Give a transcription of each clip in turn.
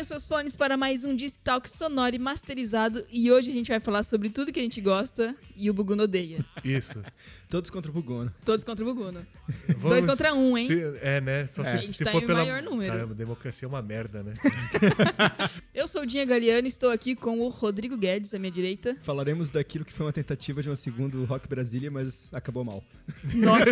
os seus fones para mais um Disc Talk sonoro e masterizado. E hoje a gente vai falar sobre tudo que a gente gosta e o Buguno odeia. Isso. Todos contra o Bugono. Todos contra o Buguno. Vamos- Dois contra um, hein? se- é, né? Só É. se, A gente se tá for em pela. maior número. Caramba, democracia é uma merda, né? Eu sou o Dinha Galeano e estou aqui com o Rodrigo Guedes, à minha direita. Falaremos daquilo que foi uma tentativa de uma segunda Rock Brasília, mas acabou mal. Nossa.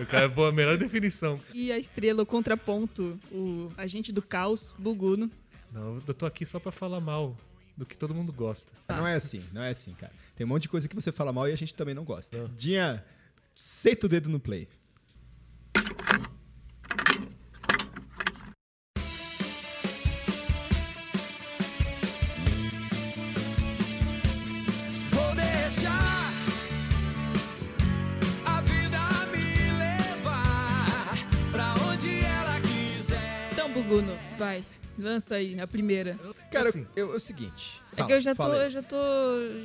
o cara boa a melhor definição. e a estrela, o contraponto, o agente do caos, Buguno. Não, eu tô aqui só pra falar mal do que todo mundo gosta. Não é assim, não é assim, cara. Tem um monte de coisa que você fala mal e a gente também não Ah. gosta. Dinha, seta o dedo no play. Vou deixar a vida me levar pra onde ela quiser. Então, Buguno, vai. Lança aí a primeira. Cara, Assim. eu, eu- é o seguinte. é que eu já tô, eu já tô,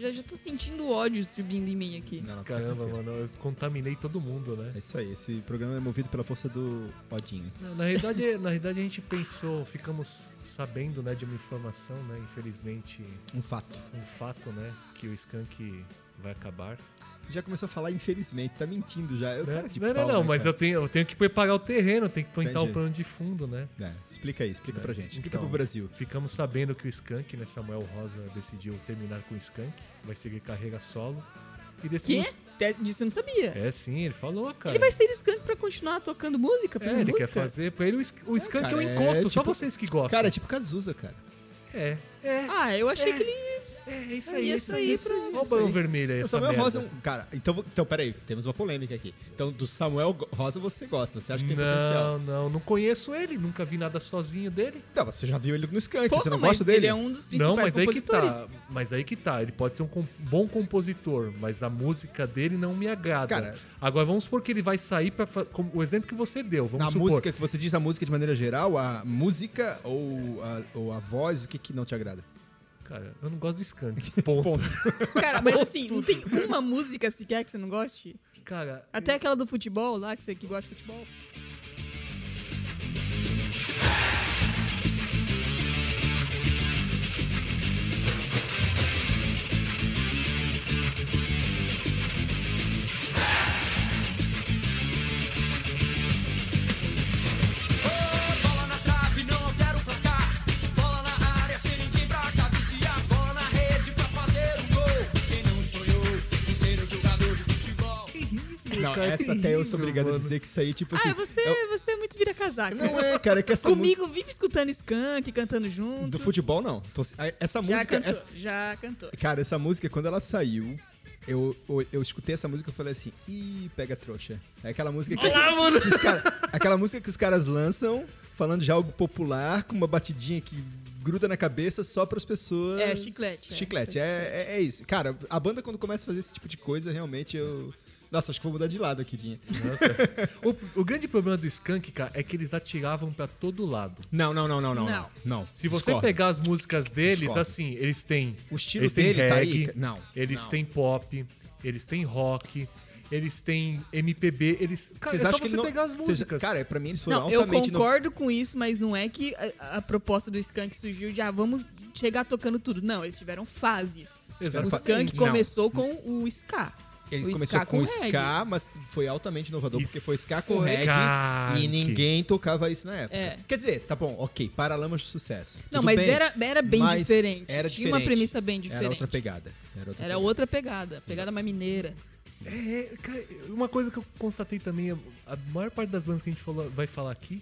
já, já tô sentindo ódio subindo em mim aqui. Não, não, fica Caramba, tranquilo. mano, eu contaminei todo mundo, né? É isso aí, esse programa é movido pela força do Odinho. Não, Na realidade, na realidade a gente pensou, ficamos sabendo, né, de uma informação, né, infelizmente, Um fato. um fato, né, que o Skank vai acabar. Já começou a falar, infelizmente, tá mentindo já. Eu, né? cara de não, pau, não, não, né, mas cara? eu tenho, eu tenho que preparar o terreno, eu tenho que plantar o Entendi. plano de fundo, né? É, explica aí, explica pra gente. Explica Então. pro Brasil. Ficamos sabendo que o Skank, né, Samuel Rosa decidiu terminar com o Skank, vai seguir carreira solo. E Quê? decidimos... Até Disso eu não sabia. É sim, ele falou, cara. Ele vai sair de skunk pra continuar tocando música? É, fazendo ele música? quer fazer. Pra ele, o, Sk- o Skank é, cara, um é encosto, só tipo- vocês que gostam. Cara, é tipo Cazuza, cara. é, é, Ah, eu achei É. que ele. é isso é aí. isso aí, pra- Olha o isso balão aí. vermelho aí, O essa Samuel merda. Rosa é um. Cara, então, vou- então peraí, temos uma polêmica aqui. Então, do Samuel Go- Rosa você gosta, você acha que tem Não, potencial. não, não conheço ele, nunca vi nada sozinho dele. Então, você já viu ele no Skank, Pô, você não mas gosta dele? Ele é um dos principais não, mas aí que compositores. tá. Mas aí que tá. Ele pode ser um com- bom compositor, mas a música dele não me agrada. Cara- Agora vamos supor que ele vai sair para o exemplo que você deu. Vamos Na supor. música, que você diz a música de maneira geral, a música ou a, ou a voz, o que que não te agrada? Cara, eu não gosto do Skank. Ponto. Ponto. Cara, mas assim, não tem uma música sequer que você não goste? Cara, Até aquela do futebol lá, que você que gosta de futebol. Tipo Bola na trave, não quero placar. Bola na área, sem ninguém pra cabecear. Bola na rede pra fazer um gol. Quem não sonhou em ser um jogador de futebol? Não, cara, essa é até eu terrível, sou obrigado a mano. dizer que isso aí, tipo assim. Ah, você, é- você é muito vira-casaca. Não é, cara, é que essa música. Comigo vive escutando skunk, cantando junto. Do futebol, não. Tô- já Essa música. cantou, essa- É já cantou. Cara, essa música, quando ela saiu, eu, eu, eu escutei essa música e falei assim, ih, pega trouxa. É aquela música que, que os cara- aquela música que os caras lançam, falando de algo popular, com uma batidinha que gruda na cabeça só pras pessoas... É, chiclete, é. Chiclete, é, é, é isso. Cara, a banda quando começa a fazer esse tipo de coisa, realmente eu... Nossa, acho que vou mudar de lado aqui, Dinha. o, o grande problema do Skank, cara, é que eles atiravam pra todo lado. Não, não, não, não, não, Não. não. não. Se você Discordo. pegar as músicas deles, Discordo. assim, eles têm. O estilo eles têm dele tá aí, reggae, ca- não, Eles não. têm pop, eles têm rock, eles têm MPB, eles. Cara, Vocês é só acham você que não... pegar as vocês- músicas. Cara, é, pra mim eles foram Não, eu altamente... no- concordo com isso, mas não é que a, a proposta do skunk surgiu de ah, vamos chegar tocando tudo. Não, eles tiveram fases. Exato. O skunk Não. começou com o ska. Ele o começou ska com, com ska, reggae. mas foi altamente inovador, E porque foi ska com ska. reggae e ninguém tocava isso na época. É. Quer dizer, tá bom, ok, Paralamas de sucesso. Não, Tudo mas bem, era, era bem mas diferente. Era Tinha diferente. uma premissa bem diferente. Era outra pegada. Era outra Era pegada. outra pegada, pegada mais mineira. É, cara, uma coisa que eu constatei também, a maior parte das bandas que a gente falou- vai falar aqui,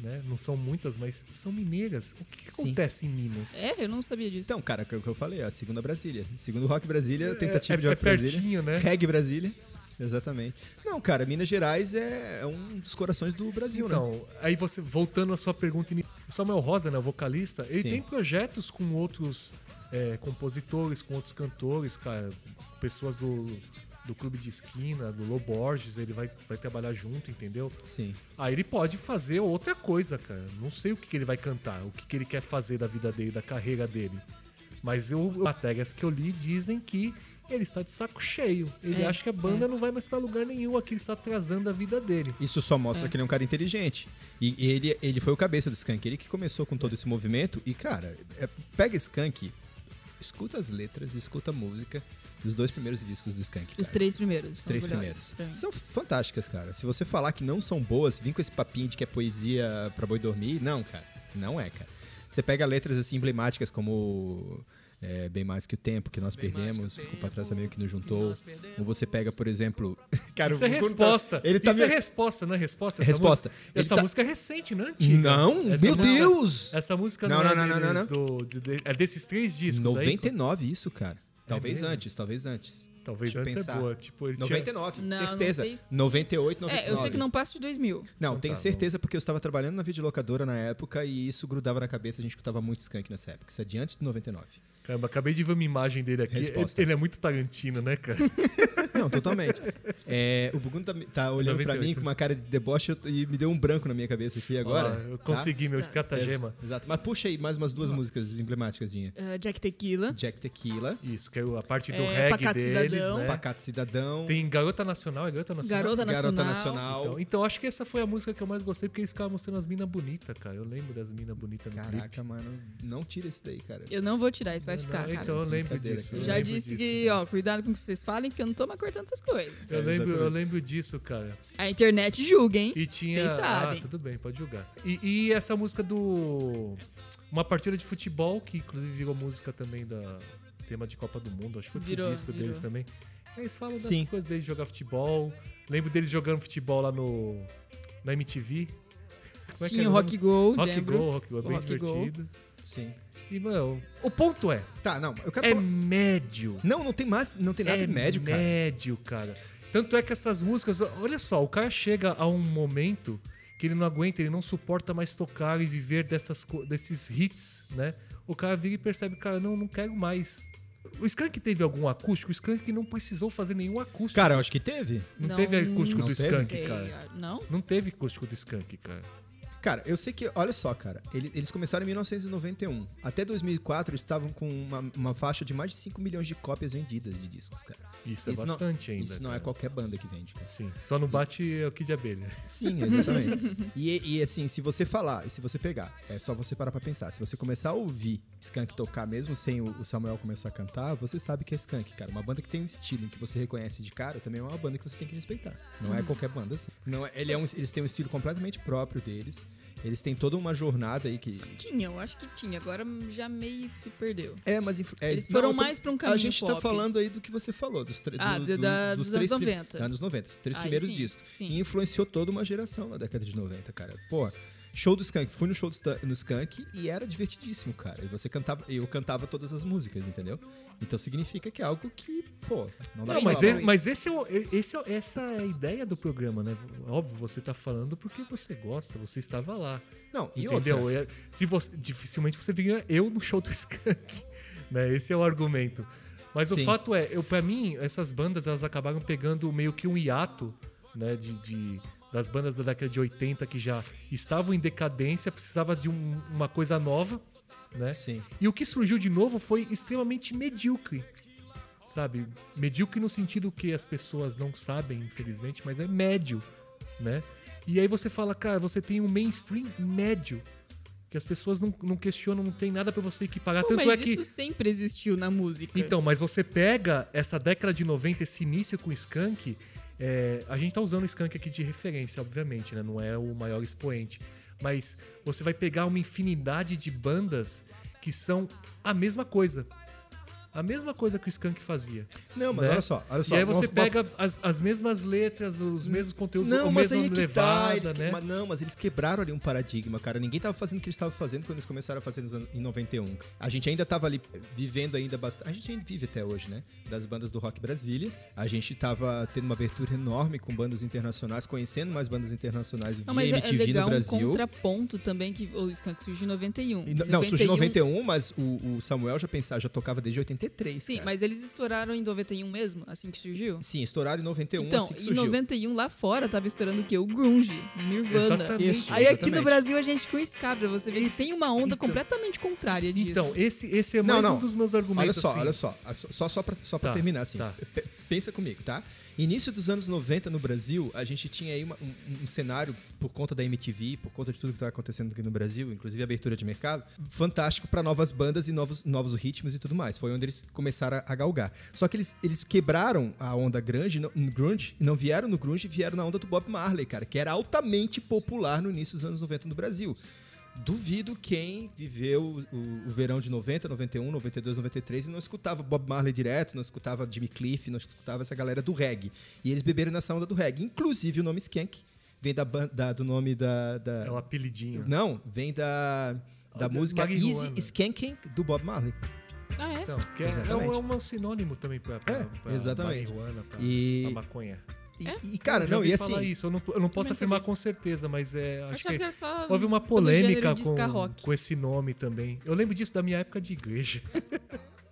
né? Não são muitas, mas são mineiras. O que, que Sim. acontece em Minas? É, eu não sabia disso. Então, cara, que é o que eu falei, a segunda Brasília. Segundo Rock Brasília, tentativa é- de é Rock Brasília. pertinho, né? Reggae Brasília. Exatamente. Não, cara, Minas Gerais é, é um dos corações do Brasil, né? Então, aí você, voltando à sua pergunta, ini- o Samuel Rosa, né, o vocalista, ele Sim. tem projetos com outros é, compositores, com outros cantores, cara, pessoas do, do Clube de Esquina, do Loborges, ele vai, vai trabalhar junto, entendeu? Sim. Aí ele pode fazer outra coisa, cara. Não sei o que, que ele vai cantar, o que, que ele quer fazer da vida dele, da carreira dele. Mas eu, matérias que eu li dizem que ele está de saco cheio. Ele É, acha que a banda não vai mais pra lugar nenhum, aquilo está atrasando a vida dele. Isso só mostra que ele é um cara inteligente. E ele, ele foi o cabeça do Skank, ele que começou com todo esse movimento. E, cara, é- pega Skank, escuta as letras, escuta a música dos dois primeiros discos do Skank. Os cara. três primeiros. Os três primeiros. São fantásticas, cara. Se você falar que não são boas, vim com esse papinho de que é poesia pra boi dormir. Não, cara. Não é, cara. Você pega letras assim emblemáticas como é, Bem Mais Que o Tempo, que nós perdemos, o Pra Trás Também o Que Nos Juntou. Ou você pega, por exemplo. Cara, Isso é o Bruno tá- resposta. Ele tá Isso me- é resposta, não é resposta? Resposta. Música, Ele essa tá- música é recente, não é antiga. Não, Essa meu música- Deus! Essa música Não, não, não, é, não, não, deles, Do, de- de- é desses três discos. Aí, 99 isso, cara. Talvez É mesmo? antes, talvez antes. talvez deixa eu antes é pensar. boa. Tipo, ele tinha- 99, Não, não certeza. sei se- 98, 99. É, eu sei que não passa de 2000. Não, Então tenho tá, certeza porque eu estava trabalhando na videolocadora na época e isso grudava na cabeça, a gente escutava muito Skank nessa época. Isso é de antes de 99. Caramba, acabei de ver uma imagem dele aqui. Ele, Resposta. ele é muito Tarantino, né, cara? Não, totalmente. É, o Buguno tá, tá olhando pra 98. mim com uma cara de deboche eu- e me deu um branco na minha cabeça aqui agora. Ó, eu tá? consegui meu É, estratagema. Exato. Mas puxa aí mais umas duas músicas emblemáticas, Dinha. Ah, Jack Tequila. Jack Tequila, Isso, que é a parte do É, reggae Pacato deles, Cidadão. né? Pacato Cidadão, Tem Garota Nacional, é Garota Nacional? Garota Nacional. Garota Nacional. Então, então, acho que essa foi a música que eu mais gostei, porque eles ficavam mostrando as minas bonitas, cara. Eu lembro das minas bonitas no clipe. Caraca, mano, não tira isso daí, cara. Eu não vou tirar, isso vai Não, ficar, cara. Então eu lembro Brincadeira, né? disso. cara. Já eu lembro disse disso, que, ó, cuidado com o que vocês falem, que eu não tô mais cortando essas coisas. Eu É, lembro, eu exatamente. lembro disso, cara. A internet julga, hein? E tinha. Vocês sabem. Ah, tudo bem, pode julgar. E, e essa música do. Uma partida de futebol, que inclusive virou música também da. Tema de Copa do Mundo, acho que foi Virou, o disco virou. deles também. Eles falam das Sim. coisas deles de jogar futebol. Lembro deles jogando futebol lá no. Na MTV. Como é que tinha era o nome? Rock Go, Rock lembro. Go, Rock Go, é bem Rock Go. divertido. Sim. E, mano, o ponto é, Tá, não, eu quero é falar- médio. Não, não tem mais, não tem nada é de médio, cara. médio, cara. Tanto é que essas músicas, olha só, o cara chega a um momento que ele não aguenta, ele não suporta mais tocar e viver dessas, co- desses hits, né? O cara vira e percebe, cara, não, não quero mais. O Skank teve algum acústico? O Skank não precisou fazer nenhum acústico. Cara, eu acho que teve. não, teve acústico não do teve? Skank, sei, cara. Não? Não teve acústico do Skank, cara. Cara, eu sei que, olha só, cara, ele- eles começaram em 1991. Até 2004 eles estavam com uma, uma faixa de mais de 5 milhões de cópias vendidas de discos, cara. Isso, é Isso não- bastante ainda. Isso não é cara. qualquer banda que vende, cara. Sim, só não bate o que de abelha. Sim, exatamente. e, e, assim, se você falar, e se você pegar, é só você parar pra pensar. Se você começar a ouvir Skank tocar, mesmo sem o, o Samuel começar a cantar, você sabe que é Skank, cara. Uma banda que tem um estilo em que você reconhece de cara também é uma banda que você tem que respeitar. Não Uhum. é qualquer banda assim. Não é, ele é um- eles têm um estilo completamente próprio deles. Eles têm toda uma jornada aí que Tinha, eu acho que tinha. Agora já meio que se perdeu. É, mas influ- é, Eles não, foram eu tô- mais pra um caminho A gente tá pop. falando aí do que você falou, dos, tre- Ah, do- da- do- da- dos três anos prim- 90. Anos 90, os três Aí primeiros sim, discos. sim. E influenciou toda uma geração na década de 90, cara. Pô, show do Skank, fui no show do, Stan- no Skank e era divertidíssimo, cara. E você cantava, eu cantava todas as músicas, entendeu? Então significa que é algo que, pô, não dá Não, pra mas, falar. esse, mas esse é o- esse é- essa é a ideia do programa, né? Óbvio, você tá falando porque você gosta, você estava lá. Não, e outra? entendeu? É- Se você, dificilmente você viria eu no show do Skank. Né? Esse é o argumento. Mas Sim. o fato é, eu, pra mim, essas bandas elas acabaram pegando meio que um hiato né, de, de- das bandas da década de 80 que já estavam em decadência, precisava de um- uma coisa nova, né? Sim. E o que surgiu de novo foi extremamente medíocre. Sabe? Medíocre no sentido que as pessoas não sabem, infelizmente, mas é médio, né? E aí você fala, cara, você tem um mainstream médio. Que as pessoas não, não questionam, não tem nada pra você equiparar. Pô, Tanto mas é que. isso sempre existiu na música. Então, mas você pega essa década de 90, esse início com o Skank, é, a gente tá usando o Skank aqui de referência, obviamente, né? Não é o maior expoente. Mas você vai pegar uma infinidade de bandas que são a mesma coisa. A mesma coisa que o Skank fazia. Não, mas né? olha só, olha só. e aí você uma- uma- pega as, as mesmas letras, os mesmos conteúdos, Não, a mas mesma aí é que tá. levada, Eles que- né? mas não, mas eles quebraram ali um paradigma, cara. Ninguém tava fazendo o que eles estavam fazendo quando eles começaram a fazer nos anos- em 91. A gente ainda tava ali eh, vivendo ainda bastante. A gente ainda vive até hoje, né? Das bandas do Rock Brasília. A gente tava tendo uma abertura enorme com bandas internacionais, conhecendo mais bandas internacionais via Não, mas é- é MTV no legal um Brasil. contraponto também que o Skank surgiu em 91. E n- Não, surgiu em 91, mas o, o Samuel já pensava, já tocava desde 93, Sim, cara. mas eles estouraram em 91 mesmo, assim que surgiu? Sim, estouraram em 91, então, assim que em surgiu. 91 lá fora tava estourando o quê? O grunge, o Nirvana. Exatamente. Isso, Aí aqui no exatamente. Brasil a gente com esse cara, pra você ver que Esse- tem uma onda então- completamente contrária disso. Então, esse, esse é Não, mais não. um dos meus Olha argumentos. só, assim. olha só. Ah, só- Só, só pra, só pra Tá, terminar, assim. tá. P- Pensa comigo, tá? Início dos anos 90 no Brasil, a gente tinha aí uma- um, um cenário, por conta da MTV, por conta de tudo que tava acontecendo aqui no Brasil, inclusive a abertura de mercado, fantástico pra novas bandas e novos, novos ritmos e tudo mais. Foi onde eles começaram a, a galgar. Só que eles, eles quebraram a onda grunge, não, no grunge, não vieram no grunge, vieram na onda do Bob Marley, cara, que era altamente popular no início dos anos 90 no Brasil. Duvido quem viveu o, o verão de 90, 91, 92, 93 um, e não escutava Bob Marley direto, não escutava Jimmy Cliff, não escutava essa galera do reggae. E eles beberam nessa onda do reggae. Inclusive o nome Skank vem da, ban- da- do nome da. da- É um apelidinho. não, vem da, da Ah, da música marihuana. Easy Skanking do Bob Marley. Ah, é? Então, que é, é, um, Exatamente. é um sinônimo também pra, pra, É, pra exatamente. marihuana, pra, E- pra maconha. E, É? e, cara, Tá, Eu já não, ouvi e falar assim. isso, eu não, eu não posso Também afirmar sabia. com certeza, mas é, acho Achava que que era só houve um uma pelo gênero polêmica disca com, rock. com esse nome também. Eu lembro disso da minha época de igreja.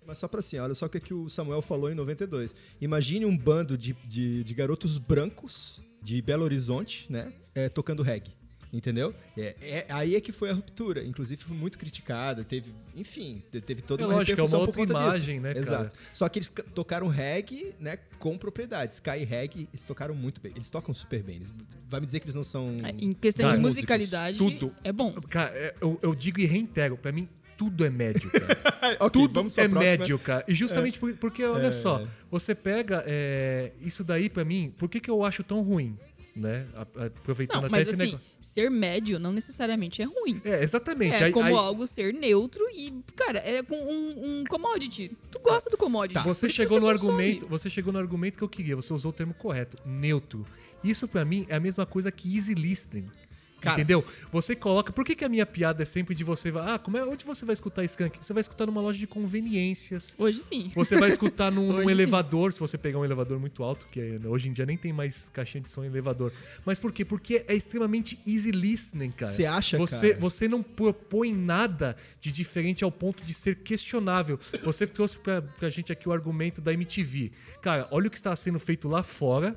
Mas só pra assim, olha só o que, que o Samuel falou em 92. Imagine um bando de, de, de garotos brancos de Belo Horizonte, né? é, tocando reggae. Entendeu? É, é- aí é que foi a ruptura. Inclusive, foi muito criticada. Teve, enfim, te- teve toda É uma lógico, é uma repercussão por outra conta imagem, disso. né, cara? Exato. Só que eles ca- tocaram reggae, né? Com propriedades. Sky reggae, eles tocaram muito bem. Eles tocam super bem. Eles- vai me dizer que eles não são. É, Em questão Cara, de músicos, musicalidade, tudo. é bom. Cara, é, eu, eu digo e reitero, pra mim tudo é médio, cara. Ok, tudo pra é próxima. médio, cara. E justamente por- porque, olha É. só, você pega é, isso daí pra mim, por que, que eu acho tão ruim? Né? A- a- Aproveitando Não, até mas esse assim, negócio. ser médio não necessariamente é ruim. É, exatamente. É Aí- como aí- algo ser neutro e, cara, é com um, um commodity. Tu gosta do commodity. Tá. por Ah, tá. Você isso chegou no consome. argumento, você chegou no argumento que eu queria. Você usou o termo correto, neutro. Isso pra mim é a mesma coisa que easy listening. Cara. Entendeu? Você coloca. Por que, que a minha piada é sempre de você? Ah, como é, onde você vai escutar Skank? Você vai escutar numa loja de conveniências. Hoje sim. Você vai escutar num, num Hoje sim. elevador, se você pegar um elevador muito alto, que eh, hoje em dia nem tem mais caixinha de som em elevador. Mas por quê? Porque é extremamente easy listening, cara. Você acha, você, cara? Você não propõe nada de diferente ao ponto de ser questionável. Você trouxe pra, pra gente aqui o argumento da MTV. Cara, olha o que está sendo feito lá fora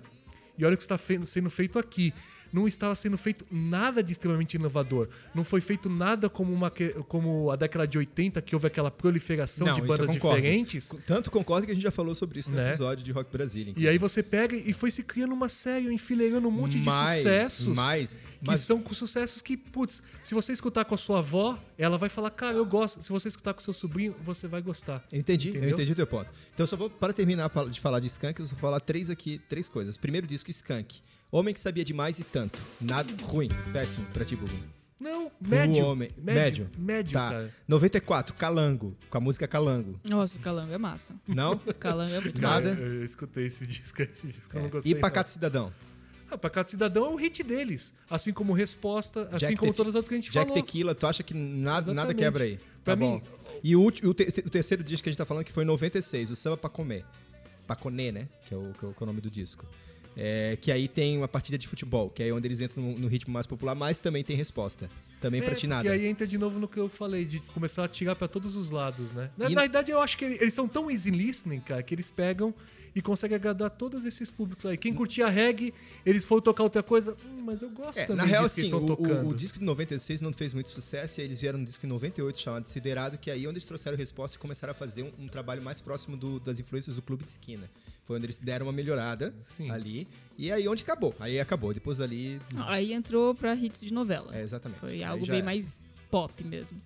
e olha o que está fe- sendo feito aqui. Não estava sendo feito nada de extremamente inovador. Não foi feito nada como, uma, que- como a década de 80, que houve aquela proliferação Não, de isso eu bandas concordo. diferentes. Tanto concordo que a gente já falou sobre isso no Né? episódio de Rock Brasília. E aí você pega e foi se criando uma série, enfileirando um monte de mais, sucessos. Mais, Que mas são com sucessos que, putz, se você escutar com a sua avó, ela vai falar, cara, eu gosto. Se você escutar com seu sobrinho, você vai gostar. eu entendi, Entendeu? eu entendi o teu ponto. Então, só vou, para terminar fal- de falar de Skank, eu só vou falar três aqui, três coisas. Primeiro disco, Skank. Homem que sabia demais e tanto. Nada ruim. Péssimo pra ti, Bubu. Não, médio. O homem. Médio. Médio. Médio, Tá. cara. 94, Calango. Com a música Calango. Nossa, o calango é massa. Não? O calango é muito Nada. massa. Cara, eu, eu escutei esse disco, esse disco eu não É. gostei. E Pacato Cidadão. não. Ah, Pacato Cidadão é o hit deles. Assim como Resposta, assim Jack como the- todas as outras que a gente Jack falou. Tequila, tu acha que nada, nada Exatamente. quebra aí. Pra Tá mim- bom. E o, ulti- o, te- o terceiro disco que a gente tá falando que foi em 96, o Samba pra Comer. Paconé, né? Que é o, que é o- que é o nome do disco. É, que aí tem uma partida de futebol, que é onde eles entram no, no ritmo mais popular, mas também tem resposta. Também pra ti E nada. É, aí entra de novo no que eu falei, de começar a tirar pra todos os lados, né? Na, E- na verdade, eu acho que ele- eles são tão easy listening, cara, que eles pegam e conseguem agradar todos esses públicos aí. Quem curtia reggae, eles foram tocar outra coisa, "Hum, mas eu gosto É, também na real, disso que assim, eles o, estão tocando. o- o disco de 96 não fez muito sucesso, e aí eles vieram no disco de 98 chamado Siderado, que é aí onde eles trouxeram resposta e começaram a fazer um, um trabalho mais próximo do- das influências do clube de esquina. Foi onde eles deram uma melhorada Sim. ali, e aí onde acabou. Aí acabou, depois dali. é- Aí entrou pra hits de novela. É, exatamente. Foi Aí algo já bem era. mais pop mesmo.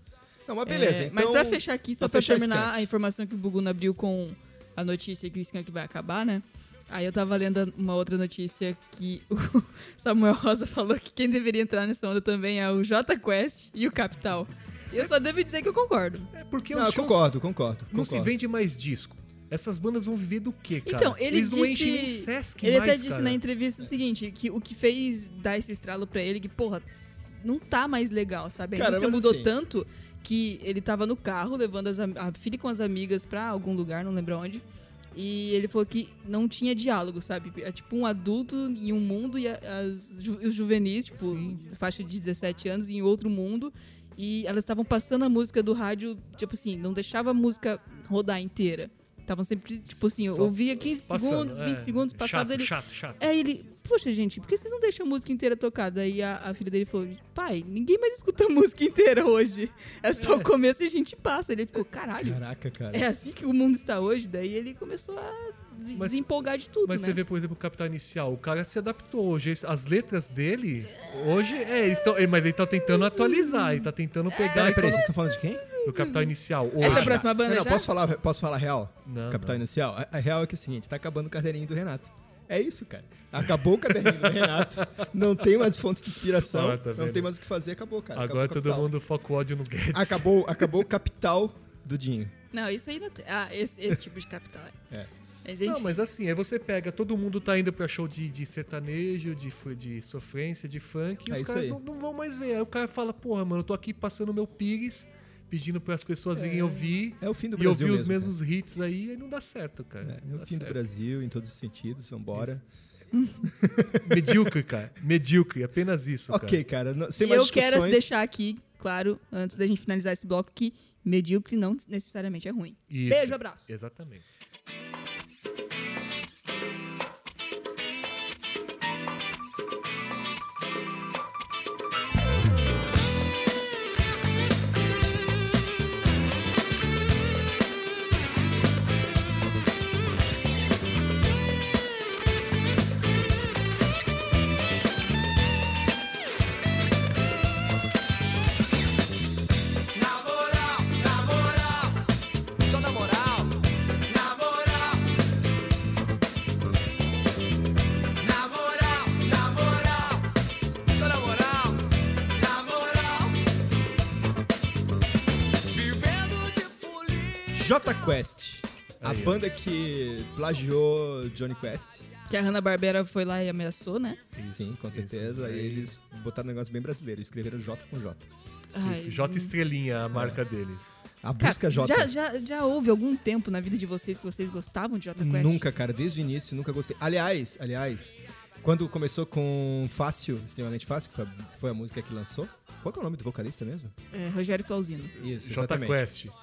Não, mas beleza. É, então, mas pra fechar aqui, só pra pra fechar esse terminar canto. a informação que o Buguna abriu com a notícia que o Skank vai acabar, né? Aí eu tava lendo uma outra notícia que o Samuel Rosa falou que quem deveria entrar nessa onda também é o J Quest e o Capital. E eu só devo dizer que eu concordo. É porque Não, os eu shows concordo, concordo. não concordo. se vende mais disco. Essas bandas vão viver do quê, cara? Então, ele eles não disse- enchem nem Sesc ele mais, até disse cara. É. na entrevista o seguinte, que o que fez dar esse estralo pra ele, que, porra, não tá mais legal, sabe? A Cara, indústria mas mudou assim- tanto que ele tava no carro levando as am- a filha com as amigas pra algum lugar, não lembro onde. E ele falou que não tinha diálogo, sabe? É tipo um adulto em um mundo e a- as ju- os juvenis, tipo, Sim. faixa de 17 anos, em outro mundo. E elas estavam passando a música do rádio, tipo assim, não deixava a música rodar inteira. Estavam sempre, tipo assim, eu Só ouvia 15 Passando, segundos, é. 20 segundos, passava chato, dele. Chato, chato. Aí ele, poxa, gente, por que vocês não deixam a música inteira tocada? Aí a, a filha dele falou, pai, ninguém mais escuta a música inteira hoje. É só o começo e a gente passa. Ele ficou, caralho, Caraca, cara. é assim que o mundo está hoje. Daí ele começou a des- Mas- desempolgar de tudo, Mas né? você vê, por exemplo, o Capital Inicial, o cara se adaptou hoje. As letras dele, hoje, é, eles tão, mas ele tá tentando atualizar, ele tá tentando pegar Peraí, peraí, vocês estão falando de quem? o Capital Inicial hoje. É, Essa é a próxima banda Não, não, já? posso falar, posso falar a real? Não, Capital não. Inicial? A, a real é que é o seguinte, tá acabando o caderninho do Renato. É isso, cara. Acabou o caderninho do Renato. Não tem mais fonte de inspiração. Ah, tá não vendo? tem mais o que fazer. Acabou, cara. Acabou Agora o todo capital. mundo foca o ódio no Guedes. Acabou, acabou o capital do Dinho. Não, isso ainda tem. Ah, esse, esse tipo de capital. É. É. Mas Não, enfim. mas assim, aí você pega, todo mundo tá indo pra show de, de sertanejo, de, fu- de sofrência, de funk, e É os isso caras aí. não, não vão mais ver. Aí o cara fala, porra, mano, eu tô aqui passando meu pires, pedindo pras pessoas irem ouvir, É o fim do e ouvir Brasil os mesmo, mesmos hits aí, aí não dá certo, cara. É, é Não o dá fim do certo. Brasil em todos os sentidos, vambora. Medíocre, cara. Medíocre, apenas isso, cara. Ok, cara. não- sem E mais eu quero discussões. deixar aqui, claro, antes da gente finalizar esse bloco, que medíocre não necessariamente é ruim. Isso. Beijo, abraço. Exatamente. Na moral, na moral, só na moral, na moral. Na moral, na moral, só na moral, na moral. Vivendo de folia. J Quest. A Aí, ó. banda que plagiou Johnny Quest. Que a Hanna-Barbera foi lá e ameaçou, né? Sim, com certeza. E eles botaram um negócio bem brasileiro. Escreveram J com J. Ai, Isso, J Estrelinha, a marca deles. A Cara, busca é J. Já, já, já houve algum tempo na vida de vocês que vocês gostavam de Jota Quest? Nunca, cara, desde o início, nunca gostei. Aliás, aliás, quando começou com Fácil, extremamente fácil, que foi a, foi a música que lançou. Qual que é o nome do vocalista mesmo? É, Rogério Flauzino. Isso, J exatamente. Quest.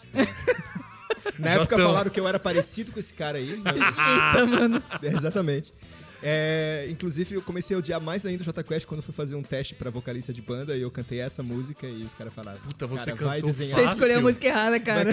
Na época Jotão. falaram que eu era parecido com esse cara aí. Eita, mano. É, exatamente. É, inclusive, eu comecei a odiar mais ainda o Jota Quest quando eu fui fazer um teste pra vocalista de banda e eu cantei essa música e os caras falaram. Puta, você cara, vai cantou desenhar. Você fácil. escolheu a música errada, cara. Mas, Né,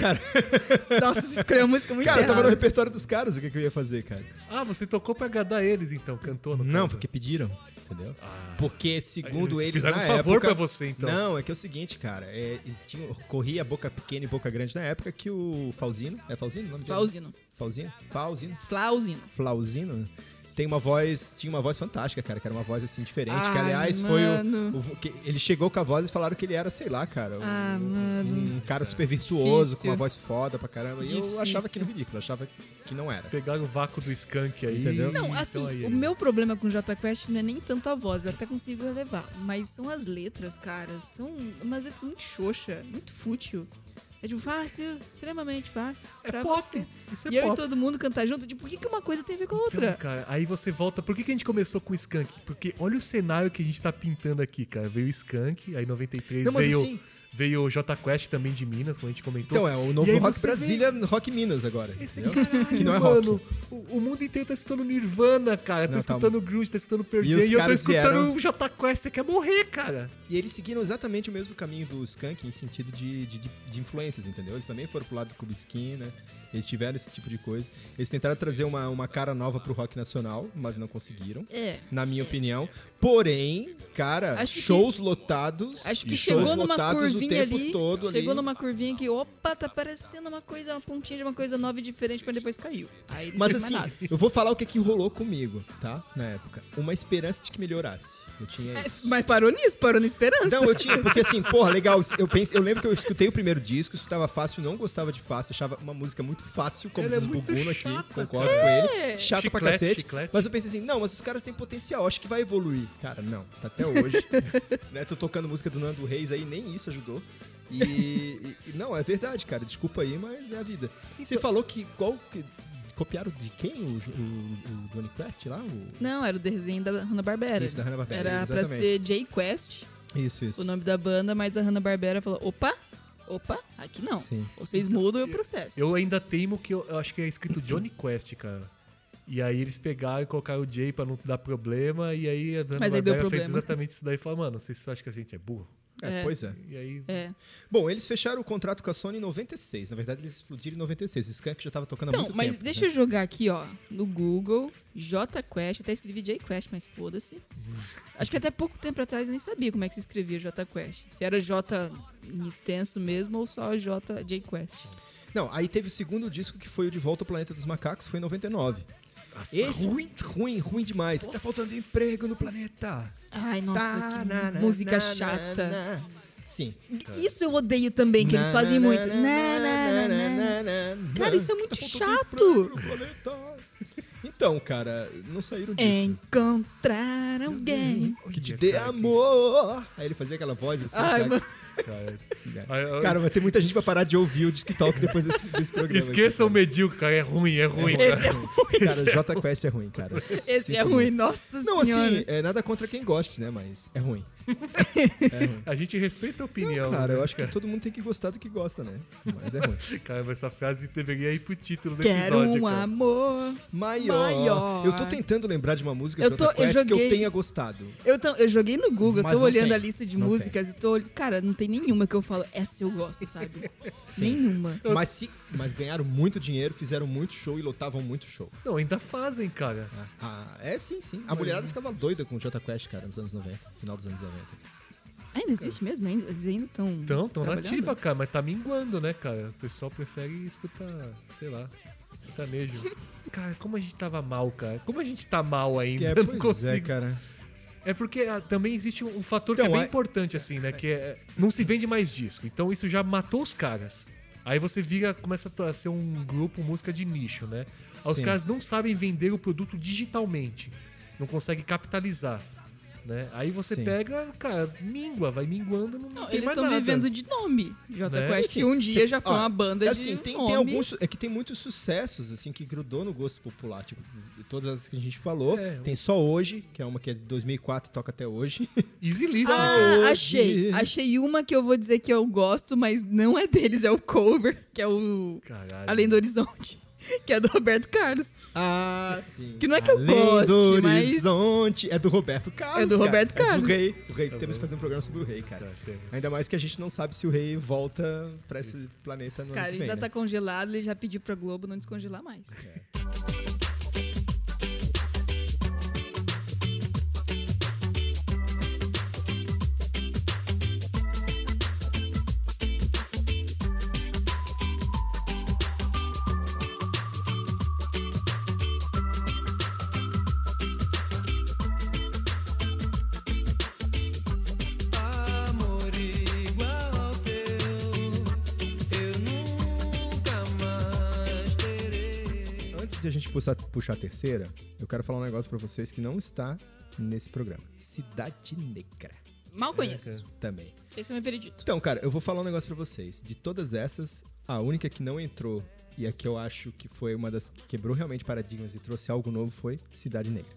cara, Nossa, você escolheu a música muito cara, eu tava no errada. repertório dos caras, o que, que eu ia fazer, cara? Ah, você tocou pra agradar eles, então, cantou no Não, caso. porque pediram, entendeu? Porque, segundo Ah. Eles eles, fizeram na um favor época... pra você, então. Não, é que é o seguinte, cara. É, e tinha, corria boca pequena e boca grande na época que o Fauzino... É Fauzino o nome dele? Flauzino. Fauzino? Fauzino? Flauzino. Flauzino? Tem uma voz... Tinha uma voz fantástica, cara. Que era uma voz, assim, diferente. que, Ai, aliás, foi o... mano. o- que ele chegou com a voz e falaram que ele era, sei lá, cara. um- Ah, mano. um, cara super virtuoso, Difícil. com uma voz foda pra caramba. E eu Difícil. achava aquilo ridículo. Achava que não era. Pegaram o vácuo do skunk aí. Entendeu? Não, então assim, aí, o aí. meu problema com Jota Quest não é nem tanto a voz, eu até consigo relevar. Mas são as letras, cara. São umas letras muito xoxa, muito fútil. É tipo, fácil, extremamente fácil. É pra pop. você. Isso é e eu e pop. todo mundo cantar junto, tipo, por que, que uma coisa tem a ver com a Então, outra? cara, aí você volta. Por que, que a gente começou com o Skunk? Porque olha o cenário que a gente tá pintando aqui, cara. Veio o Skunk, aí em 93 Não, mas veio, assim- veio o J Quest também de Minas, como a gente comentou. Então, é o E novo aí Rock você Brasília, Rock Minas agora. Esse entendeu? caralho, Que não é rock. mano, O, o mundo inteiro tá escutando Nirvana, cara. Tá Não, tá- escutando Grunge, tá escutando Pearl E Jam, os E eu tô caras escutando vieram- o Jota Quest. Você quer morrer, cara. E eles seguiram exatamente o mesmo caminho do Skank em sentido de, de, de, de influências, entendeu? Eles também foram pro lado do Kubiskin, né? Eles tiveram esse tipo de coisa. Eles tentaram trazer uma, uma cara nova pro rock nacional, mas não conseguiram, É. na minha opinião. Porém, cara, Acho que- shows lotados. Acho e que shows chegou numa lotados o curvinha tempo ali. todo ali. chegou numa curvinha que, opa, tá parecendo uma coisa, uma pontinha de uma coisa nova e diferente, mas depois caiu. Aí não Mas tem mais assim, nada. eu vou falar o que, que rolou comigo, tá? Na época. Uma esperança de que melhorasse. Eu tinha. É, isso. mas parou nisso, parou na esperança. Não, eu tinha, porque assim, porra, legal, eu, penso, eu lembro que eu escutei o primeiro disco, escutava fácil, não gostava de fácil, achava uma música muito fácil, como Ela é diz o muito Buguno aqui, chata, concordo com ele, chato pra Chiclete, cacete, chiclete. mas eu pensei assim, não, mas os caras têm potencial, acho que vai evoluir. Cara, não, tá até hoje, né, tô tocando música do Nando Reis aí, nem isso ajudou. E, e- e não, é verdade, cara, desculpa aí, mas é a vida. Você falou que qual que- copiaram de quem o, o, o Johnny Quest lá? O, Não, era o desenho da Hanna-Barbera. Isso, da Hanna-Barbera, Era pra exatamente. ser Jay Quest. Isso, isso. o nome da banda, mas a Hanna-Barbera falou, opa, opa, aqui não. Sim. Vocês mudam e eu processo. Eu ainda teimo que eu, eu acho que é escrito Johnny Quest, cara. E aí eles pegaram e colocaram o Jay pra não dar problema, e aí a Dana Mas aí deu Barbera fez problema. exatamente isso daí e falou, mano, vocês acham que a gente é burro? É, É. Pois é. E aí. É. Bom, eles fecharam o contrato com a Sony em 96. Na verdade, eles explodiram em 96. O Skank já tava tocando há Então, muito mas tempo. deixa né? eu jogar aqui, ó, no Google, JQuest, até escrevi JQuest, mas foda-se. Acho que até pouco tempo atrás eu nem sabia como é que se escrevia JQuest. Se era J em extenso mesmo ou só J JQuest. Não, aí teve o segundo disco que foi o De Volta ao Planeta dos Macacos, foi em 99. Nossa, Esse "Ah, é ruim. ruim, ruim, ruim demais. Tá faltando emprego no planeta. Ai, nossa, Tá, que na, na, música na, na, chata. na. Sim. Isso eu odeio também, que eles Na, fazem na, muito. na, Na, na, na, na. na, na, Cara, na. isso é muito Tá faltando chato. emprego no planeta. Então, cara, não saíram disso. Encontrar alguém. Que te Olha, dê cara, que- amor. Aí ele fazia aquela voz assim, Ai, sabe? mano. Cara, Cara, Cara, vai ter muita gente que vai parar de ouvir o Disc Talk depois desse, desse programa. esqueça o medíocre, cara. É ruim, é ruim. Esse é cara. Cara, J Quest é ruim, cara. Esse é Sinto ruim, muito. nossa Não, senhora. assim, é nada contra quem goste, né? Mas é ruim. A gente respeita a opinião. Não, cara, né, eu acho que cara? todo mundo tem que gostar do que gosta, né? Mas é ruim. Cara, mas essa frase deveria ir pro título do Quero episódio. um cara. amor. Maior. Maior. Eu tô tentando lembrar de uma música Eu de tô- Jota eu Quest que eu joguei- tenha gostado. Eu, tô- eu joguei no Google, Mas eu tô não olhando tem. a lista de Não músicas e tô olhando. Cara, não tem nenhuma que eu falo, essa eu gosto, sabe? Nenhuma. Mas, se, mas ganharam muito dinheiro, fizeram muito show e lotavam muito show. Não, ainda fazem, cara. Ah, é sim, sim. A mulherada ficava doida com o Jota Quest, cara, nos anos 90, final dos anos 90. Ainda existe mesmo? Ainda, eles ainda estão. Então, tão nativa, cara, mas tá minguando, né, cara? O pessoal prefere escutar, sei lá, sertanejo. cara, como a gente tava mal, cara. Como a gente tá mal ainda, Que é, eu não pois é, consigo. É, cara. porque ah, também existe um um fator que Então, é bem é- importante, assim, né? Que é, não se vende mais disco. Então isso já matou os caras. Aí você vira, começa a ser um grupo música de nicho, né? Aí os Sim. caras não sabem vender o produto digitalmente. Não conseguem capitalizar. Né? Aí você Sim. pega, cara, mingua, vai minguando. Não, Não, tem eles mais estão nada. vivendo de nome, Jota Né? Quest, que um dia já foi Ó, uma banda é de assim, tem, nome. tem alguns é que tem muitos sucessos assim que grudou no gosto popular tipo todas as que a gente falou É. tem só hoje que é uma que é de 2004 e toca até hoje Easy listen, né? Ah, hoje. achei. Achei uma que eu vou dizer que eu gosto, mas não é deles, é o cover, que é o Caralho. Além do Horizonte, que é do Roberto Carlos. ah sim Que não é que eu Além goste, do mas- horizonte é do Roberto Carlos É do cara. Roberto é do Carlos. rei o rei Tá temos bom. que fazer um programa sobre o rei cara Cara, temos. ainda mais que a gente não sabe se o rei volta pra esse planeta no Cara, ano que ele vem, ainda né? tá congelado, ele já pediu pra Globo não descongelar mais. Amor igual ao teu, eu nunca mais terei. Antes de a gente puxar, puxar a terceira, eu quero falar um negócio pra vocês que não está nesse programa. Cidade Negra Mal conheço. também. Esse é meu veredito. Então, cara, eu vou falar um negócio pra vocês. De todas essas, a única que não entrou e a que eu acho que foi uma das que quebrou realmente paradigmas e trouxe algo novo foi Cidade Negra.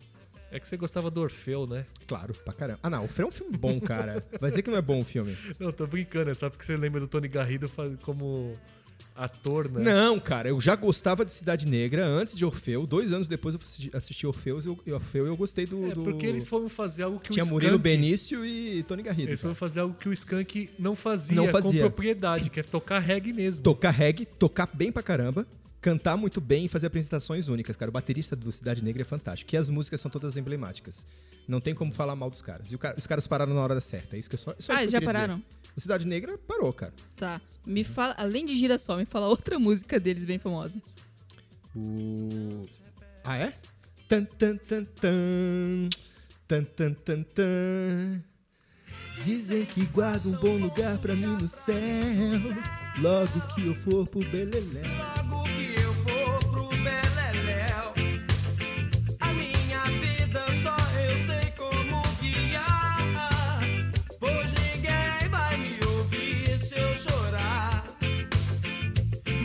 É que você gostava do Orfeu, né? Claro, pra caramba. Ah, não, o filme é um filme bom, cara. Vai dizer que não é bom o filme. Não, tô brincando, é só porque você lembra do Tony Garrido fa- como ator, né? Não, cara, eu já gostava de Cidade Negra antes de Orfeu. Dois anos depois eu assisti- assisti Orfeu e eu, e Orfeu, e eu gostei do. É do- porque eles foram fazer algo que Tinha o Skank... Murilo Benício e Tony Garrido. Eles cara. foram fazer algo que o Skank não fazia, Não fazia. com propriedade, que é tocar reggae mesmo. tocar reggae, tocar bem pra caramba, cantar muito bem e fazer apresentações únicas, cara. O baterista do Cidade Negra é fantástico. E as músicas são todas emblemáticas. Não tem como falar mal dos caras. E o cara- os caras pararam na hora certa. É isso que eu só. só isso ah, que eu já queria dizer. pararam? O Cidade Negra parou, cara. Tá. Me fala, além de Girassol, me fala outra música deles bem famosa. O. Ah, é? Tan, tan, tan, tan. Tan, tan, tan, tan. Dizem que guarda um bom lugar pra mim no céu. Logo que eu for pro Beleléu. Logo que eu for pro Beleléu, a minha vida só eu sei como guiar. Pois ninguém vai me ouvir se eu chorar.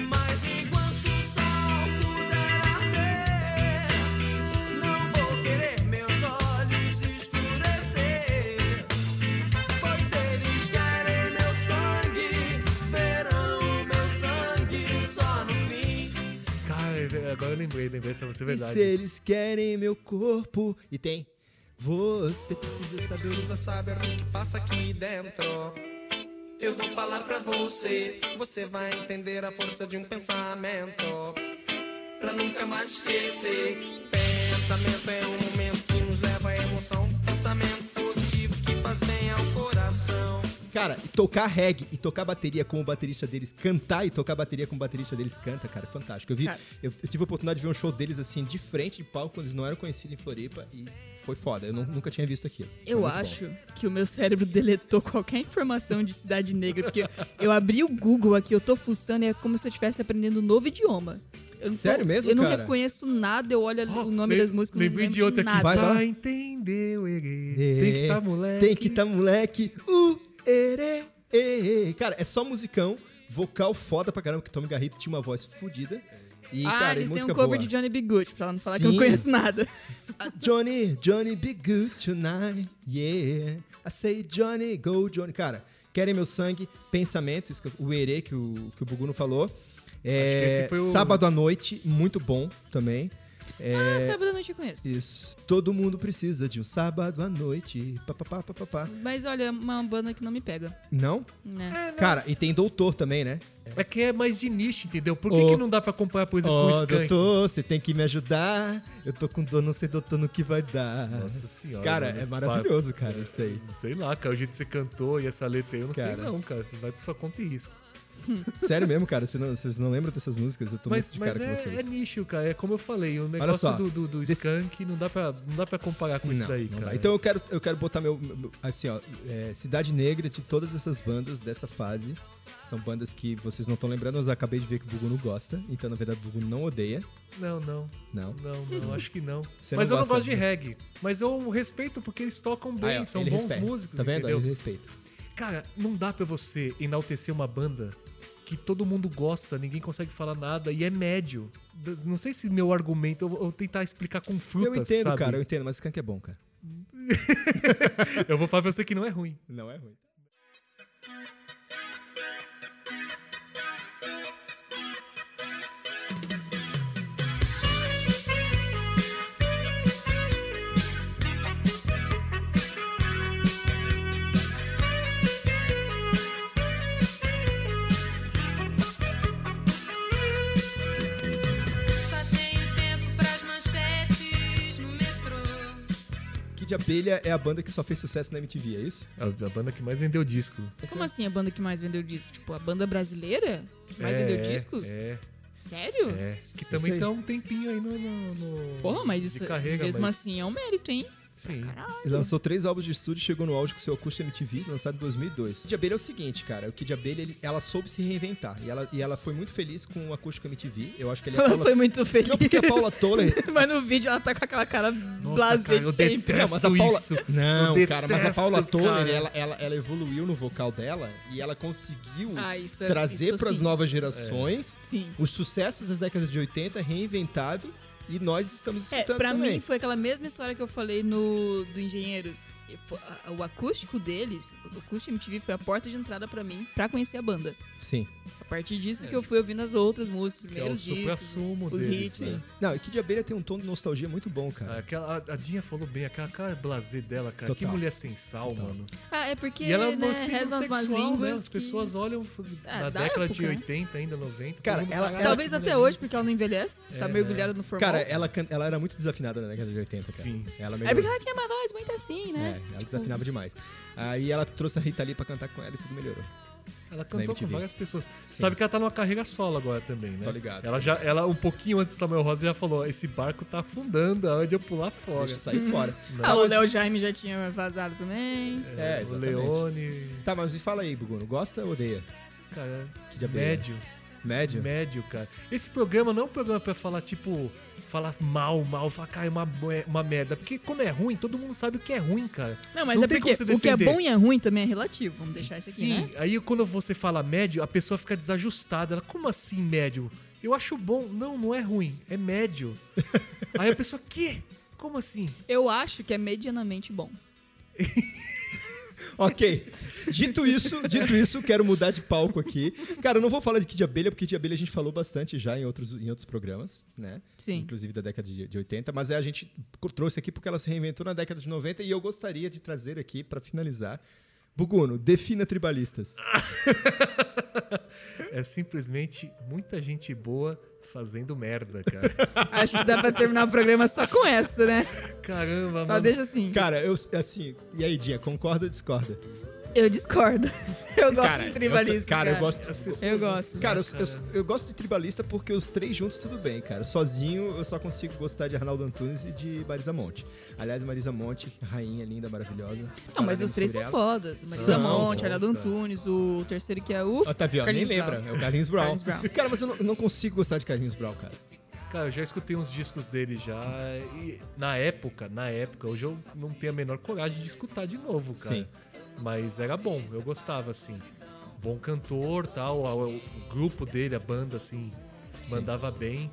Mas enquanto o sol puder arder, não vou querer meus olhos escurecer. Pois é, agora eu lembrei, lembrei essa você é E verdade. se eles querem meu corpo. E tem. Você precisa Você saber. precisa saber o que passa aqui dentro. Eu vou falar pra você, você vai entender a força de um pensamento. Pra nunca mais esquecer, pensamento é um momento que nos leva à emoção. Pensamento positivo que faz bem ao coração. Cara, e tocar reggae e tocar bateria como o baterista deles cantar e tocar bateria como o baterista deles canta, cara, é fantástico. Eu, vi, Cara. eu, eu tive a oportunidade de ver um show deles assim, de frente de palco, quando eles não eram conhecidos em Floripa e foi foda. Eu nu- nunca tinha visto aquilo. Foi Eu muito bom. acho que o meu cérebro deletou qualquer informação de Cidade Negra, porque eu abri o Google aqui, eu tô fuçando e é como se eu estivesse aprendendo um novo idioma. Eu não tô- Sério mesmo, Eu não cara? Ah, reconheço nada, eu olho ali Ó, o nome lem- das músicas, não Lembrei lembro de outra aqui. nada. Vai, vai. Ah, entendeu, erê. É, Tem que tá moleque. Tem que tá moleque. Uh, erê, erê. Cara, é só musicão, vocal foda pra caramba, que Tommy Garrido tinha uma voz fodida. E, ah, cara, e eles têm um música cover boa. de Johnny B. Good, pra ela não falar que eu Sim. não conheço nada. Ah, Johnny, Johnny, be good tonight, yeah. I say Johnny, go Johnny. Cara, querem meu sangue, pensamento, isso que eu- o erê que o, que o Buguno falou. É, Acho que esse foi o- Sábado à noite, muito bom também. É, Ah, sábado à noite eu conheço. isso. Todo mundo precisa de um sábado à noite. Pá, pá, pá, pá, pá, pá. Mas olha, é uma banda que não me pega, Não? né? Cara, e tem doutor também, né? É que é mais de nicho, entendeu? Por que, Ô. que não dá pra comparar, por exemplo, Ó, com o Skank? doutor, você tem que me ajudar. Eu tô com dor, não sei, doutor, no que vai dar. Nossa senhora. cara, mano, é esse maravilhoso, cara, isso daí. papo. Sei lá, cara, o jeito que você cantou e essa letra aí, eu não Cara. sei não, cara. Você vai por sua conta e risco. Sério mesmo, cara, você não- vocês não, lembram dessas músicas? Eu tô Mas, muito de mas cara com é, vocês. é nicho, cara. É como eu falei, o negócio só, do, do, do desse- Skank não dá, pra, não dá pra comparar com isso Não, daí, não cara. dá. Então eu quero, eu quero botar meu. meu- Assim, ó. é, Cidade Negra de todas essas bandas dessa fase. São bandas que vocês não estão lembrando, mas eu acabei de ver que o Buguno gosta. Então, na verdade, o Buguno não odeia. Não, não. Não. Não, não, acho que não. Hum. Você mas não eu não gosta gosto de de- reggae. Mas eu respeito porque eles tocam bem, Aí, ó, são ele bons respeita. músicos, Tá vendo? entendeu? Ele respeita. Cara, não dá pra você enaltecer uma banda que todo mundo gosta, ninguém consegue falar nada e é médio. D- Não sei se meu argumento, eu vou eu vou tentar explicar com frutas, eu entendo, sabe? cara, eu entendo, mas Skank é bom, cara. Eu vou falar pra você que não é ruim. Não é ruim. Só tenho tempo pras manchetes no metrô. Kid Abelha é a banda que só fez sucesso na MTV, é isso? É a banda que mais vendeu disco. É. Como assim a banda que mais vendeu disco? Tipo, a banda brasileira? Que mais É, vendeu discos? É, Sério? é. Que também aí. tá um tempinho aí no. no, no- Porra, mas de isso carreira, mesmo mas- assim é um mérito, hein? Sim. Ele lançou três álbuns de estúdio, chegou no auge com seu acústico MTV, lançado em 2002. Kid Abelha é o seguinte, cara, o Kid Abelha, ele- ela soube se reinventar, e ela, e ela foi muito feliz com o acústico MTV, eu acho que ele é a Ela Paula... foi muito feliz. Não, porque a Paula Toller... Mas no vídeo ela tá com aquela cara Nossa, blasé cara, eu de sempre. detesto mas a Paula- isso. Não, Eu cara, mas a detesto, Paula Toller, cara. ela, ela, ela evoluiu no vocal dela, e ela conseguiu Ah, isso é trazer isso pras sim. novas gerações Sim. os sucessos das décadas de 80 reinventado, e nós estamos É, escutando pra também. mim foi aquela mesma história que eu falei no do Engenheiros. E fo- a- O acústico deles, o acústico MTV foi a porta de entrada pra mim pra conhecer a banda. Sim. A partir disso que eu fui ouvindo as outras músicas, os É. Que é o primeiros discos, supra-sumo os deles. hits. né? Não, e Kid Abelha tem um tom de nostalgia muito bom, cara. Aquela, a- a Dinha falou bem, aquela cara blazer dela, cara. Que Total. mulher sem sal, mano. Ah, é porque E ela é né, uma símbolo reza as más sexual, línguas. né? As que- pessoas olham f- Ah, na da década época, de né? 80, ainda 90. Cara, todo mundo, ela- "Caralho, Talvez que até mulher hoje, porque ela não envelhece, tá É, mergulhada no formal. Cara, ela, can- ela era muito desafinada na década de 80, cara. Sim. Ela É porque melhorou. ela tinha uma voz muito assim, É, né? ela desafinava demais. Aí ela trouxe a Rita Lee pra cantar com ela e tudo melhorou. Ela cantou com MTV. várias pessoas. Você sabe que ela tá numa carreira solo agora também, né? Tô ligado. Ela, já, ela um pouquinho antes do Samuel Rosa, já falou: esse barco tá afundando, é hora de eu pular fora. Deixa eu sair fora. Ah, o Léo Jaime já tinha vazado também. É, o exatamente. Leone. Tá, mas me fala aí, Buguno. Gosta ou odeia? Cara, Que de abelha. médio. Médio? Médio, cara. Esse programa não é um programa pra falar, tipo, falar mal, mal, falar, cara, é uma, é uma merda. Porque quando é ruim, todo mundo sabe o que é ruim, cara. Não, mas Não é tem porque como você o que é defender. bom e é ruim também é relativo. Vamos deixar isso aqui, Sim, né? aí quando você fala médio, a pessoa fica desajustada. Ela, como assim médio? Eu acho bom. Não, não é ruim, é médio. aí a pessoa, que? Como assim? Eu acho que é medianamente bom. Ok. Dito isso, dito isso, quero mudar de palco aqui. Cara, eu não vou falar de Kid Abelha, porque Kid Abelha a gente falou bastante já em outros, em outros programas, né? Sim. Inclusive da década de, de 80, mas é, a gente trouxe aqui porque ela se reinventou na década de 90 e eu gostaria de trazer aqui pra finalizar. Buguno, defina tribalistas. É simplesmente muita gente boa fazendo merda, cara. Acho que dá pra terminar o programa só com essa, né? Caramba, Só mano. deixa assim. Tá Cara, eu assim, e aí, Dinha, concorda ou discorda? Eu discordo. Eu gosto Cara, de eu- tribalistas. cara, eu gosto- As pessoas... Eu gosto. Cara, eu, eu- eu gosto de tribalista porque os três juntos tudo bem, cara. Sozinho eu só consigo gostar de Arnaldo Antunes e de Marisa Monte. Aliás, Marisa Monte, rainha linda, maravilhosa. Não, mas os Falaremos três sobre são ela. fodas. Marisa São, Monte, são, Arnaldo são. Antunes, o terceiro que é o. Ó, tá vendo? Nem Carlinhos lembra. Brown. É o Carlinhos Brown. Carlinhos Brown. Cara, mas eu não, eu não consigo gostar de Carlinhos Brown, cara. Cara, eu já escutei uns discos dele já e na época, na época, hoje eu não tenho a menor coragem de escutar de novo, cara. Sim. Mas era bom, eu gostava, assim. Bom cantor, tal, a- o grupo dele, a banda, assim, Sim. mandava bem.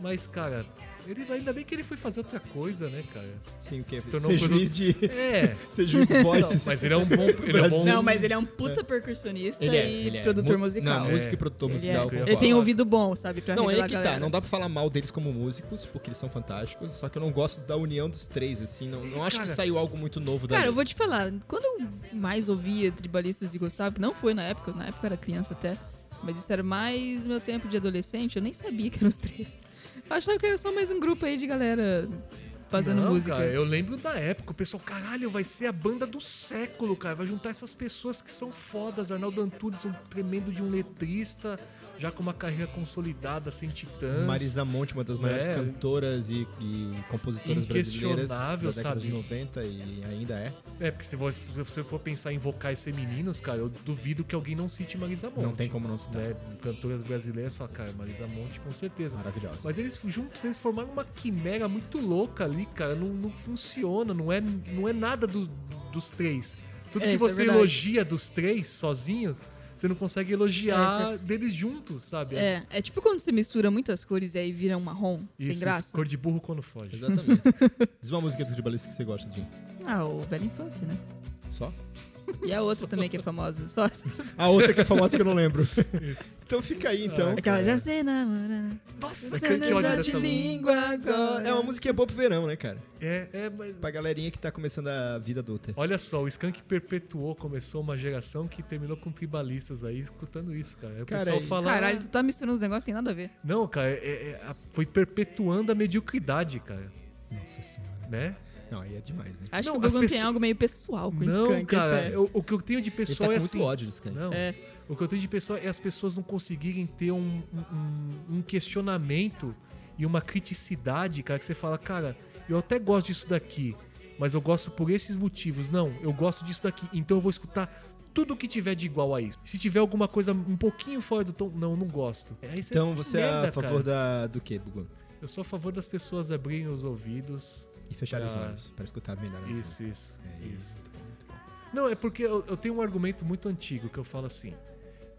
Mas, cara, ele, ainda bem que ele foi fazer outra coisa, né, cara? Sim, o quê? Se Ser tornou um juiz de... É, Ser juiz de voices. mas ele é um bom... Ele é um bom Não, mas ele é um puta percursionista Ele é, e ele é. produtor Mu- musical. Não, É. músico e produtor Ele é. musical. Ele Ele concordo. tem ouvido bom, sabe? Pra Não, é revelar que a tá. galera. Não dá pra falar mal deles como músicos, porque eles são fantásticos. Só que eu não gosto da união dos três, assim. Não, não acho que Cara. saiu algo muito novo Cara, dali. eu vou te falar, quando eu mais ouvia tribalistas e gostava, que não foi na época, na época eu era criança até, mas isso era mais meu tempo de adolescente, eu nem sabia que eram os três. Eu achava que era só mais um grupo aí de galera fazendo Não, música. Cara, eu lembro da época, o pessoal, caralho, vai ser a banda do século, cara. Vai juntar essas pessoas que são fodas. Arnaldo Antunes, um tremendo de um letrista, já com uma carreira consolidada, sem titãs. Marisa Monte, uma das maiores É. cantoras e, e compositoras brasileiras da Inquestionável, década de sabe? 90 e ainda é. É, porque se vo- se você for pensar em vocais femininos, cara, eu duvido que alguém não cite Marisa Monte. Não tem como não citar. Né? Cantoras brasileiras falam, cara, Marisa Monte com certeza. Maravilhosa. é. Mas eles juntos, eles formaram uma quimera muito louca ali, cara. Não, não funciona, não é, não é nada do- do- dos três. Tudo É, que isso é você verdade. elogia dos três sozinhos, você não consegue elogiar É, deles juntos, sabe? É, é tipo quando você mistura muitas cores e aí vira um marrom, Isso, sem graça. cor de burro quando foge. Exatamente. Diz uma música do tribalista que você gosta, Jim. Ah, o Velha Infância, né? Só? E a outra também que é famosa, só A outra que é famosa que eu não lembro. então fica aí, Ah, então. é aquela já sei né, namorar. Nossa, Você cara, que não ódio já te dessa música. língua agora. É uma musiquinha boa pro verão, né, cara? É, é, mas... Pra galerinha que tá começando a vida adulta. Olha só, o Skank perpetuou, começou uma geração que terminou com tribalistas aí escutando isso, cara. Aí O Cara, pessoal e- fala. Caralho, tu tá misturando uns negócios que tem nada a ver. Não, cara, é- é- a- foi perpetuando a mediocridade, cara. Nossa senhora. Né? Não, aí é demais, né? Acho Não, que o as Gugu tem pessoa- algo meio pessoal com o não, Skank. cara, até. eu- o que eu tenho de Ele pessoal tá com é muito assim. ódio dos caras. Não. É. O que eu tenho de pessoal é as pessoas não conseguirem ter um, um- um- um questionamento e uma criticidade, cara, que você fala, cara, eu até gosto disso daqui, mas eu gosto por esses motivos. Não, eu gosto disso daqui, então eu vou escutar tudo que tiver de igual a isso. Se tiver alguma coisa um pouquinho fora do tom, não, eu não gosto. Aí você Então você é merda, a favor cara. da, do quê, Bugu? Eu sou a favor das pessoas abrirem os ouvidos. E fechar os Ah. olhos pra escutar melhor. a Isso, isso, É isso. Muito bom, muito bom. Não, é porque eu, eu tenho um argumento muito antigo que eu falo assim.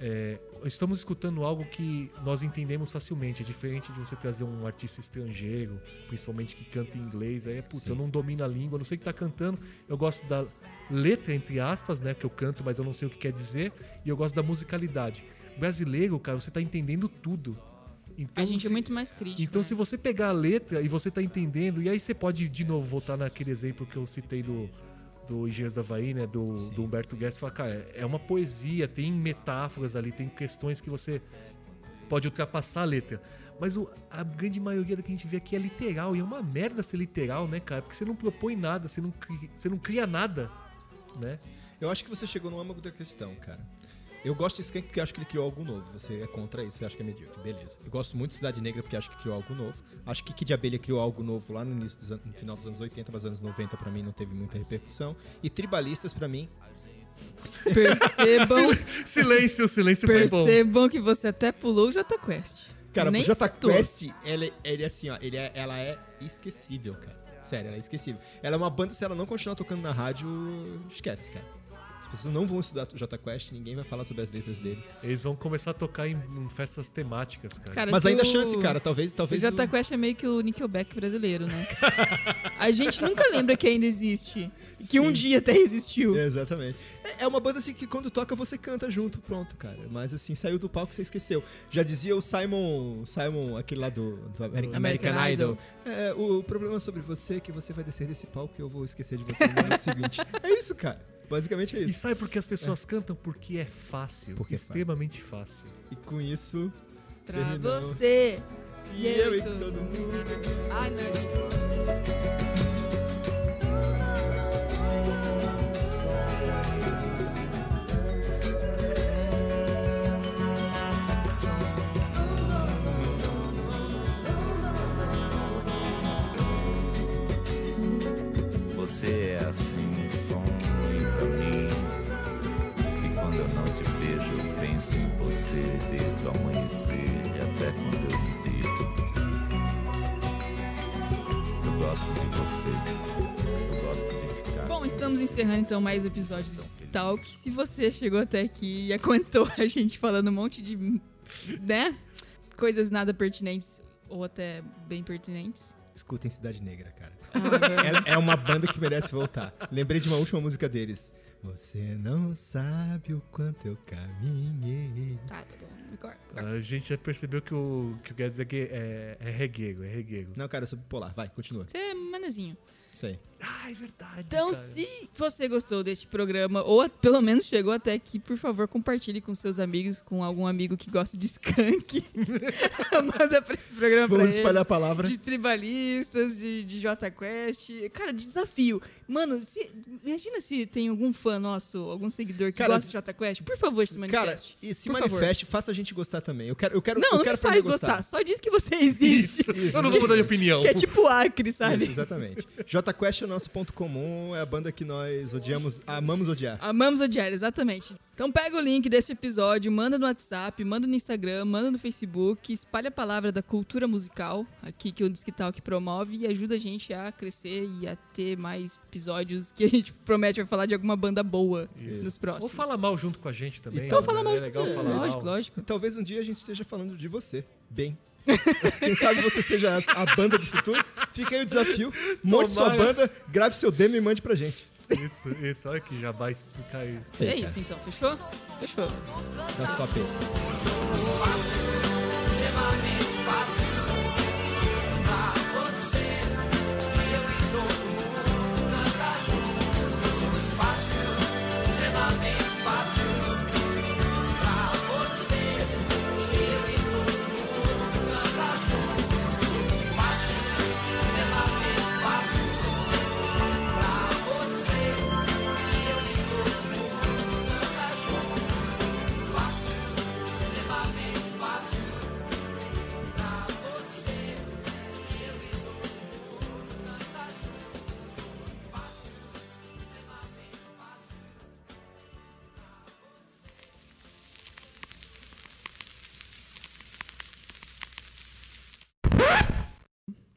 é, estamos escutando algo que nós entendemos facilmente. É diferente de você trazer um artista estrangeiro, principalmente que canta em inglês. Aí é, putz, Sim. eu não domino a língua, eu não sei o que tá cantando. Eu gosto da letra, entre aspas, né? Que eu canto, mas eu não sei o que quer dizer. E eu gosto da musicalidade. Brasileiro, cara, você tá entendendo tudo. Então, a gente é se- muito mais crítico. então, né? se você pegar a letra e você tá entendendo, e aí você pode de novo voltar naquele exemplo que eu citei do, do Engenheiros da Havaí, né? Do, Sim. do Humberto Guedes, falar, cara, é uma poesia, tem metáforas ali, tem questões que você pode ultrapassar a letra. Mas o- a grande maioria do que a gente vê aqui é literal, e é uma merda ser literal, né, cara? Porque você não propõe nada, você não cria, você não cria nada, né? Eu acho que você chegou no âmago da questão, cara. Eu gosto de Skank porque eu acho que ele criou algo novo. Você é contra isso, você acha que é medíocre. Beleza. Eu gosto muito de Cidade Negra porque acho que criou algo novo. Acho que Kid Abelha criou algo novo lá no início dos an- no final dos anos 80, mas anos 90 pra mim não teve muita repercussão. E Tribalistas pra mim, Percebam, Silêncio, silêncio foi bom. percebam que você até pulou o Jota Quest. cara, o Nem Jota citou. Quest, ela, ele é assim, ó, ele é- ela é esquecível, cara. Sério, ela é esquecível. Ela é uma banda se ela não continuar tocando na rádio, esquece, cara. As pessoas não vão estudar Jota Quest, ninguém vai falar sobre as letras deles. Eles vão começar a tocar em, em festas temáticas, cara. Cara, Mas que ainda o- há chance, cara. Talvez, O talvez. Jota o- Quest é meio que o Nickelback brasileiro, né? A gente nunca lembra que ainda existe. Que um Sim. dia até existiu. É, Exatamente. É- É uma banda assim que quando toca você canta junto, pronto, cara. Mas assim, saiu do palco você esqueceu. Já dizia o Simon, Simon, aquele lá do, do American, American American Idol. Idol. É, o problema é sobre você é que você vai descer desse palco e eu vou esquecer de você no ano seguinte. É isso, cara. Basicamente é E isso. sabe por que as pessoas cantam? Porque é fácil. Porque é extremamente fácil. E com isso, Pra Terminou. você. e eu e todo mundo. Ai, meu Deus. Você é assim um sonho pra mim. E quando eu não te vejo, eu penso em você desde o amanhecer e até quando eu me deito. Eu gosto de você. Eu gosto de ficar. Bom, estamos encerrando então mais um episódio do Talk. Se você chegou até aqui e aguentou a gente falando um monte de. né? Coisas nada pertinentes ou até bem pertinentes. Escutem Cidade Negra, cara. Ah, É, é uma banda que merece voltar. Lembrei de uma última música deles. Você não sabe o quanto eu caminhei. tá, tá bom. Corta, corta. A gente já percebeu que o, que o Guedes é, gue- é, é reguego, é reguego. Não, cara, eu sou bipolar. Vai, continua. Você é manezinho. Isso aí. Ah, é verdade. Então, cara. se você gostou deste programa, ou a- pelo menos chegou até aqui, por favor, compartilhe com seus amigos, com algum amigo que gosta de skunk. Manda pra esse programa pra Vamos eles. espalhar a palavra. De tribalistas, de, de Jota Quest. Cara, de desafio. Mano, se- imagina se tem algum fã nosso, algum seguidor que Cara, gosta de Jota Quest. Por favor, se Cara, manifeste. e se Por favor. manifeste, faça a gente gostar também. Eu quero, eu quero, Não, eu não quero me fazer faz gostar. Só diz que você existe. Isso. Eu não vou mudar de opinião. Que é tipo Acre, sabe? Isso, exatamente. JQuest é o nosso ponto comum, é a banda que nós odiamos, amamos odiar. Amamos odiar, exatamente. Então pega o link desse episódio, manda no WhatsApp, manda no Instagram, manda no Facebook, espalha a palavra da cultura musical aqui que o Disque Talk promove e ajuda a gente a crescer e a ter mais episódios que a gente promete vai falar de alguma banda boa Isso. nos próximos. Ou fala mal junto com a gente também. Então né? fala mais É legal falar Lógico, mal. lógico. E talvez um dia a gente esteja falando de você, bem. Quem sabe você seja a a banda do futuro? Fica aí o desafio. Monte sua Tomara. banda, grave seu demo e mande pra gente. Isso, isso. Olha que já vai explicar isso. É isso então, fechou? Fechou. Nosso papel.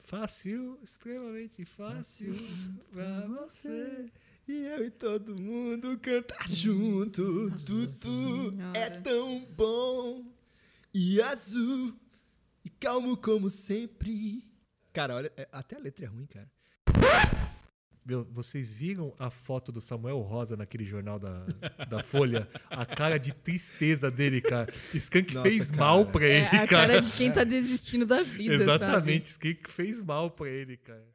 Fácil, extremamente fácil pra você. E eu e todo mundo cantar junto. Tutu é tão bom. E azul. E calmo como sempre. Cara, olha, é- até a letra é ruim, cara. Meu, vocês viram a foto do Samuel Rosa naquele jornal da, da Folha? A cara de tristeza dele, cara. Skank Nossa, fez cara. mal pra É ele, a cara. cara de quem tá desistindo da vida, sabe? Exatamente, Skank fez mal pra ele, cara.